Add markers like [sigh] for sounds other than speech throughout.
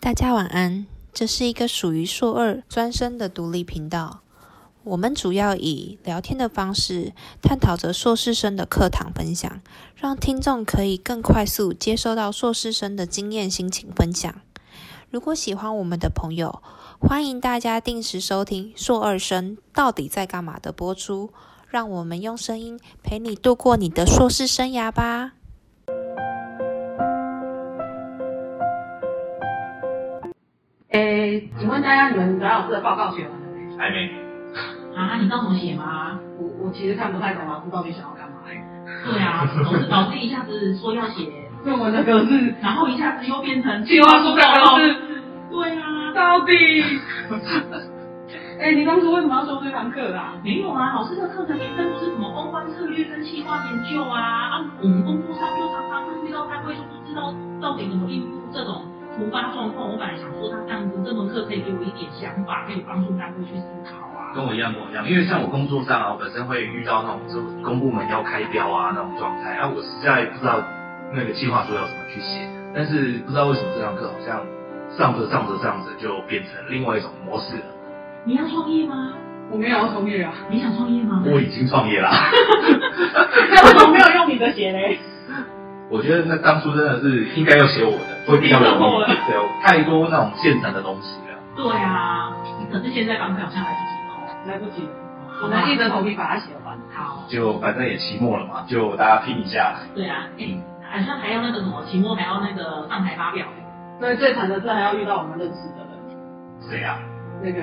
大家晚安，这是一个属于硕二专生的独立频道。我们主要以聊天的方式探讨着硕士生的课堂分享，让听众可以更快速接收到硕士生的经验、心情分享。如果喜欢我们的朋友，欢迎大家定时收听《硕二生到底在干嘛》的播出，让我们用声音陪你度过你的硕士生涯吧。诶，请问大家，你们阮老师的报告写完了没？还没，啊，你知道怎么写吗？我我其实看不太懂老师到底想要干嘛、欸。对 [laughs] 啊，老师老师一下子说要写 [laughs] 论文的格式，然后一下子又变成计划书的格式。对啊， [laughs] 到底？哎、你当初为什么要修这堂课啊？没有啊，老师的课程本身不是什么公关策略跟企划研究啊，啊，我们工作上就常常会遇到开会就不知道到底怎么应付这种突发状况。我本来想说他这样子这门课可以给我一点想法，可以帮助单位去思考啊。跟我一样，跟我一样，因为像我工作上啊，我本身会遇到那种就是公部门要开标啊那种状态，啊，我实在不知道那个计划书要怎么去写，但是不知道为什么这堂课好像上着上着上着就变成另外一种模式了。你要创业吗？我没有要创业啊，你想创业吗？我已经创业啦，那为什么没有用你的鞋嘞？ [laughs] 我觉得那当初真的是应该要写我的，会比较容易，对，我太多那种现成的东西了。对啊，可是现在赶快好像来不来不及了，及了，我们硬着头皮把它写完。好，就反正也期末了嘛，就大家拼一下。对啊，哎、好像还要那个什么，期末还要那个上台发表，所以最惨的是还要遇到我们认识的人，谁啊？那个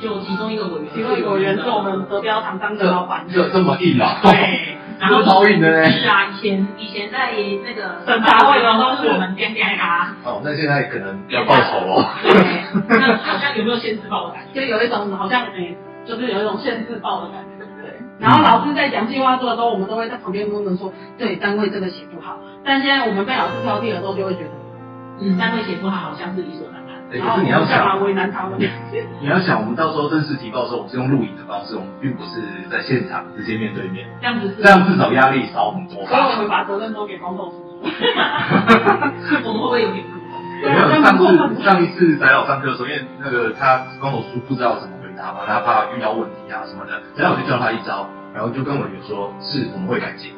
就其中一个委员，其中一个人是我们德标堂当的老板，这这么硬啊？ [laughs] 对，然后这超硬的嘞是啊，以前以前在那个审查会的时候都是我们点点他，哦，那现在可能要报仇哦。对，那好像有没有限制报的感觉？就有一种好像诶、就是有一种限制报的感觉，对不对？然后老师在讲计划书的时候，我们都会在旁边跟我们说，对，单位这个写不好。但现在我们被老师挑剔的时候，就会觉得，嗯，单位写不好，好像是理所当然。对，然哎可后是我你要们干想啊嗯嘛，为难他们？你要想，我们到时候正式提报的时候，我们是用录影的方式，我们并不是在现场直接面对面，这样子是这样至少压力少很多所以我吧？们把责任都给高寿叔叔。我们会不会有点过分？有没啊有上次上一次翟老上课的时候，因为那个他光头叔不知道怎么回答嘛，他怕遇到问题啊什么的，然后我就教他一招，然后就跟我员说，是我们会改 [laughs] 进，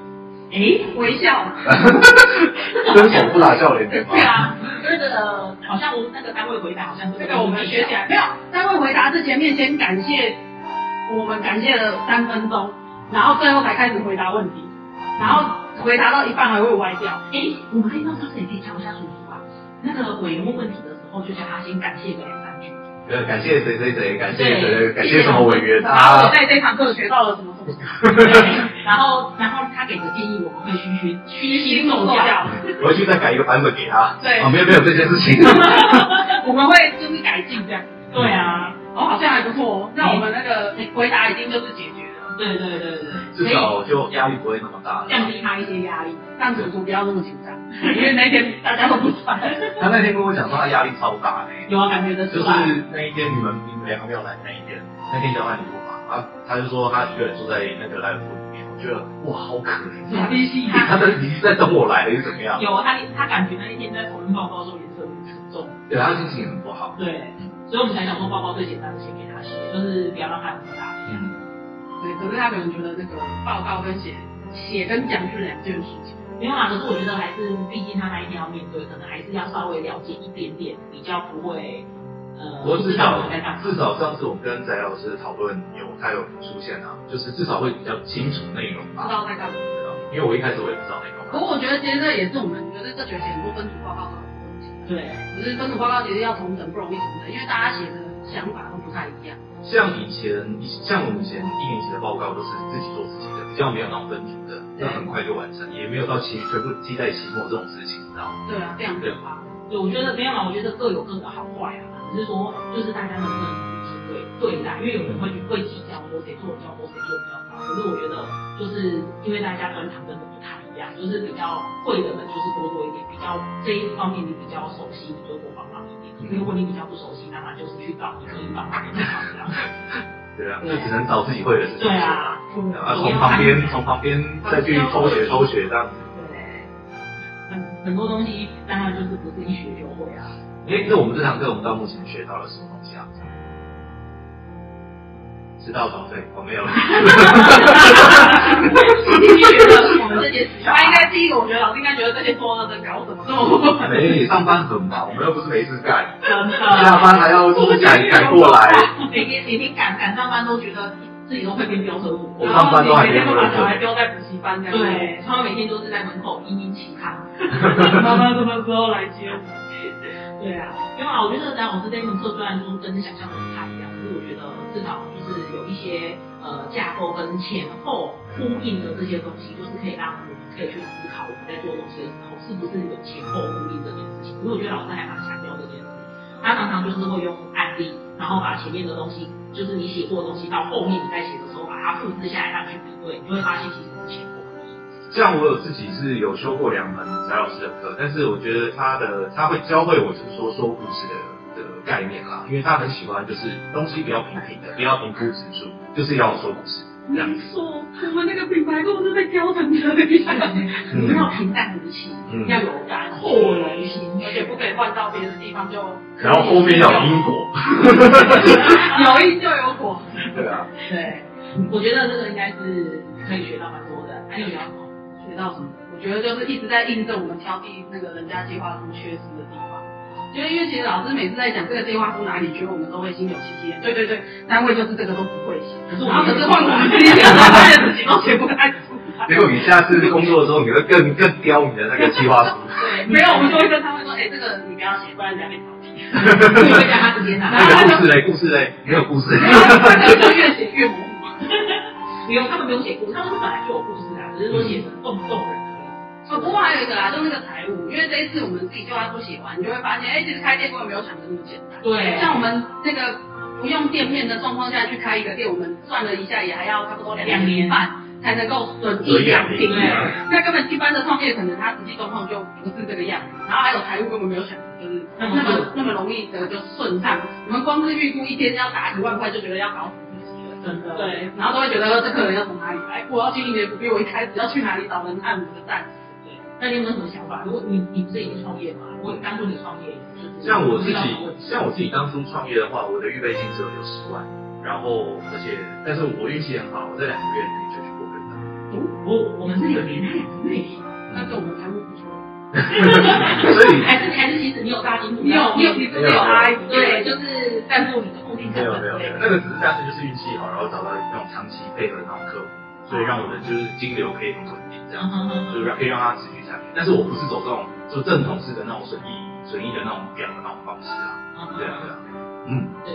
哎、微笑，真巧不打笑脸对吗对？啊，那个好像我那个单位回答好像是这个我们学起来没有。单位回答之前面先感谢，我们感谢了三分钟，然后最后才开始回答问题，然后回答到一半还会歪掉。哎、我们可以到上次也可以教一下叔叔啊。那个委员问问题的时候，就叫他先感谢个两三句。呃，感谢谁谁谁，感谢谁谁，感谢什么委员然啊后我？在这堂课学到了什么东西？对然后，然后他给的建议我们会循循循新循手守下。教，我回去再改一个版本给他。对啊，没有没有这件事情。我们会就是改进这样。对啊，嗯哦，好像还不错哦。那我们那个回答已经就是解决了，对对对对， [laughs] 至少就压力不会那么大了。降低他一些压力。让主厨不要那么紧 [laughs] 张，因为那天大家都不在，他那天跟我讲说他压力超大嘞、有啊，感觉得出就来。是那一天你们你们两个没有来那一天，那天交换礼物嘛，啊，他就说他一个人住在那个莱尔夫里面，我觉得哇好可怜， [laughs] 很低你息。他在你是在等我来的又怎么样？有啊他，他感觉那一天在讨论报告的时候颜色很重。对，他心情很不好。对，所以我们才想说报告最简单的先给他写，就是不要让他有很大的压力。嗯，对，可是他可能觉得那个报告跟写写跟讲是两件事情。没有啦，可是我觉得还是，毕竟他那一天要面对，可能还是要稍微了解一点点，比较不会，呃，不过至知道少我在干嘛。至少上次我跟翟老师讨论有他有出现啊，就是至少会比较清楚内容不知吧，道在干嘛。对吧因为我一开始我也不知道内不容。啊过我觉得其实这也是我们觉得这学期很多分组报告都有问题，对，只是分组报告其实要重整不容易重整，因为大家写的想法都不太一样。像以前像我们以前一年级的报告都是自己做自己的，比较没有那种分组的，那很快就完成，也没有到期全部积在期末这种事情，你知道吗？对啊，这样子对吧。对，我觉得没有啦，我觉得各有各的好坏啊，只是说就是大家能不能去对对待，因为有人会去会计较说谁做的比较多，谁做的比较少。可是我觉得就是因为大家专长真的不太一样，就是比较会的人就是多做一点，比较这一方面你比较熟悉，你就多帮忙一点。可是如果你比较不熟悉，那他就是去找你可以帮忙的地方这样。对啊，就只能找自己会的事 [laughs] 情。对啊，啊，从旁边从旁边再去偷学偷学这样子。对，嗯，很多东西当然就是不是一学就会啊。哎，那我们这堂课我们到目前学到了什么东西啊？知道早退，哦我没有。哎你觉得我们这些，他应该第一个，我觉得老师应该觉得这些做的搞什么这么多？没，上班很忙，我们又不是没事干，真的，下班还要就是赶赶过来。每天每天赶赶上班都觉得自己都快变飙车族。我上班都还没然有人后每天都把小孩丢在补习班这样。对，他们每天都是在门口殷殷期 [laughs] 盼，妈妈什么时候来接我？对啊，因为啊，我觉得老师这一门课虽然说跟想象的不太一样，可是我觉得至少就是有一些呃架构跟前后呼应的这些东西，就是可以让我们可以去思考我们在做东西的时候是不是有前后呼应这件事情。因为我觉得老师还蛮强调这件事，他常常就是会用案例，然后把前面的东西，就是你写过的东西，到后面你在写的时候把它复制下来让你去比对，你会发现其实是前后呼应。像我有自己是有修过两门翟老师的课，但是我觉得他的他会教会我就是说说故事的的概念啦，因为他很喜欢就是东西不要平平的，不要平铺直述，就是要说故事这样。说我们那个品牌故事被教成这样，你们要平淡无奇，嗯要有干货人心。而且不可以换到别的地方就。然后后面要有因果，有因就有果。对啊，对，我觉得这个应该是可以学到蛮多的。还有聊什么？学到什么？我觉得就是一直在印证我们挑剔那个人家计划书缺失的地方。就是因为其实老师每次在讲这个计划书哪里缺，我们都会心有戚戚焉。对对对，单位就是这个都不会写，可是我然后们可是换我们自己写，发现自己都写不太出来。结果你下次工作的时候，你会更更刁你的那个计划书，对 [laughs] 没有，我们就会跟他们说，哎、这个你不要写，不然人家被淘汰。就会 [laughs] 叫他直接拿。那个故事嘞，故事嘞，没有故事。然后就 [laughs] 越写越模糊。没有，他们没有写故事，他们是本来就有故事啊，只是说写成动不动人而哦，不过还有一个啦，就那个财务，因为这一次我们自己计划书写完，你就会发现，哎、其实开店根本没有想的那么简单已。。对像我们那个不用店面的状况下去开一个店，我们算了一下，也还要差不多两年半才能够损益两对平。哎那根本一般的创业可能他实际状况就不是这个样子，然后还有财务根本没有想就是那么那么容易的就顺畅。我们光是预估一天要打一万块，就觉得要搞死自己了。真的。对，然后都会觉得这客人要从哪里来？我要经营 FB，我一开始要去哪里找人按我的站？对。那你有没有什么想法？如果你你不是已经创业吗？如果你当初你创业，就是像我自己遇到什么问，题像我自己当初创业的话，我的预备金只有六十万，然后而且，但是我运气很好，我在两个月内就去过跟单。我我们是有连带的内容。但是我们财务不错， [laughs] 所以还是还是其实你有大金主，你有你有你是不是有 I？对，就是赞助你的固定没成有本没有没有费，。那个只是单纯就是运气好，然后找到那种长期配合的那种客户，所以让我的就是金流可以很稳定，这样嗯哼哼就是让可以让它持续下去。但是我不是走这种就正统式的那种损益损益的那种表的那种方式啊，嗯哼对啊对啊，嗯。对。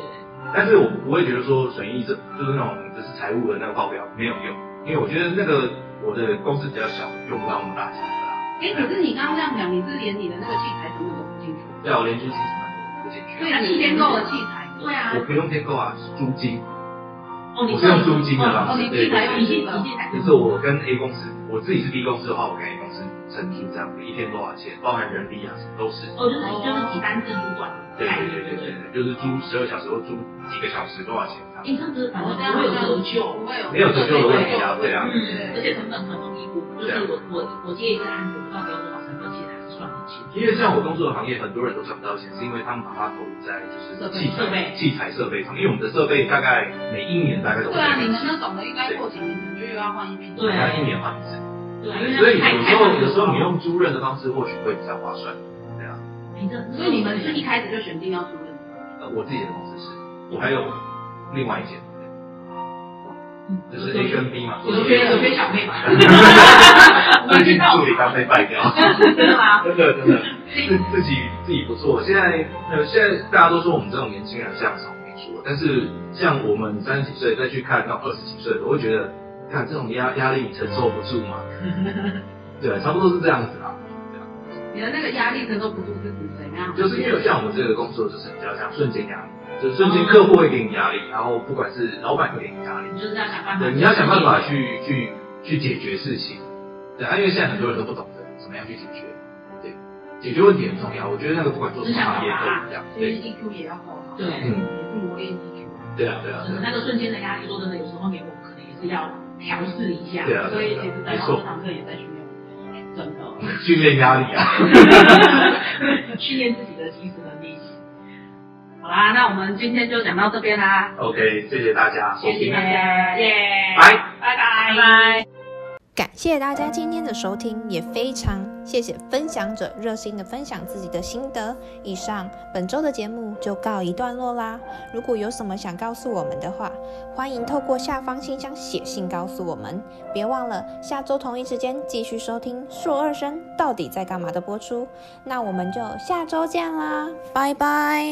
但是我不会觉得说损益这就是那种就是财务的那个报表没有用，因为我觉得那个我的公司比较小，用不到那么大钱的啦。哎，可是你刚刚这样讲，你是连你的那个器材成本都不清楚，对啊，我连租金什么都不进去，所以你添购了器材，对啊我，不用添购啊，是租金，哦，你我是用租金的方哦，式，你进对对来用你对，进啊你进来，就是我跟 A 公司，我自己是 B 公司的话，我跟 A 公司承租这样，一天多少钱，包含人力啊，什么都是。哦，就是就是几单制主管的对概对念，对不对对对？对，就是租十二小时或租几个小时多少钱这样哎，这样子反我正这这样样好会有像折旧，不会有没有折旧的问题啊对啊嗯，而且成本很容易估，就是我我我接一个案子，我到底要多少成本，其实还是算得清。因为像我工作的行业，很多人都赚不到钱，是因为他们把它投入在就是器设备材、器材设备上。因为我们的设备大概每一年大概都会对啊，你们那种的应该过几年可能就又要换一批。对它一年换一次，对啊，因为所以太有时候有时候你，用租赁的方式或许会比较划算。对啊，太太所以你们是一开始就选定要出的，呃，我自己的公司是，我还有另外一间，嗯对就是 A 跟 B 嘛，有缺有缺小妹嘛？ [laughs] 最近助理刚被败掉，真的吗？ [laughs] 真的真的，自自己自己不错。现在呃，现在大家都说我们这种年轻人向上没错，但是像我们三十几岁再去看到二十几岁的，我会觉得，看这种压压力你承受不住 [laughs] 嘛。对，啊差不多是这样子啦。你的那个压力承受不住是指怎么样？就是因为像我们这个工作就是比较像瞬间压力，就是瞬哦间客户会给你压力，然后不管是老板会给你压力，你就是要想办法，对，你要想办法去去去解决事情。对，啊，因为现在很多人都不懂得怎么样去解决。对，解决问题很重要。我觉得那个不管做什么行业都一样。所对，以 EQ 也要够好，对，也嗯，是磨练 EQ。对啊，对啊，可对能啊那个瞬间的压力，说真的，有时候给我们可能也是要调试一下。对啊，所以对啊其实，没在错这。堂课也在训练。真的。嗯训练压力啊。训练自己的心思能力。好啦，那我们今天就讲到这边啦， OK，谢谢大家收谢谢听，大家，耶，拜。拜拜。拜。感谢大家今天的收听，也非常谢谢分享者热心的分享自己的心得。以上本周的节目就告一段落啦。如果有什么想告诉我们的话，欢迎透过下方信箱写信告诉我们。别忘了下周同一时间继续收听《硕二生到底在干嘛》的播出。那我们就下周见啦，拜拜。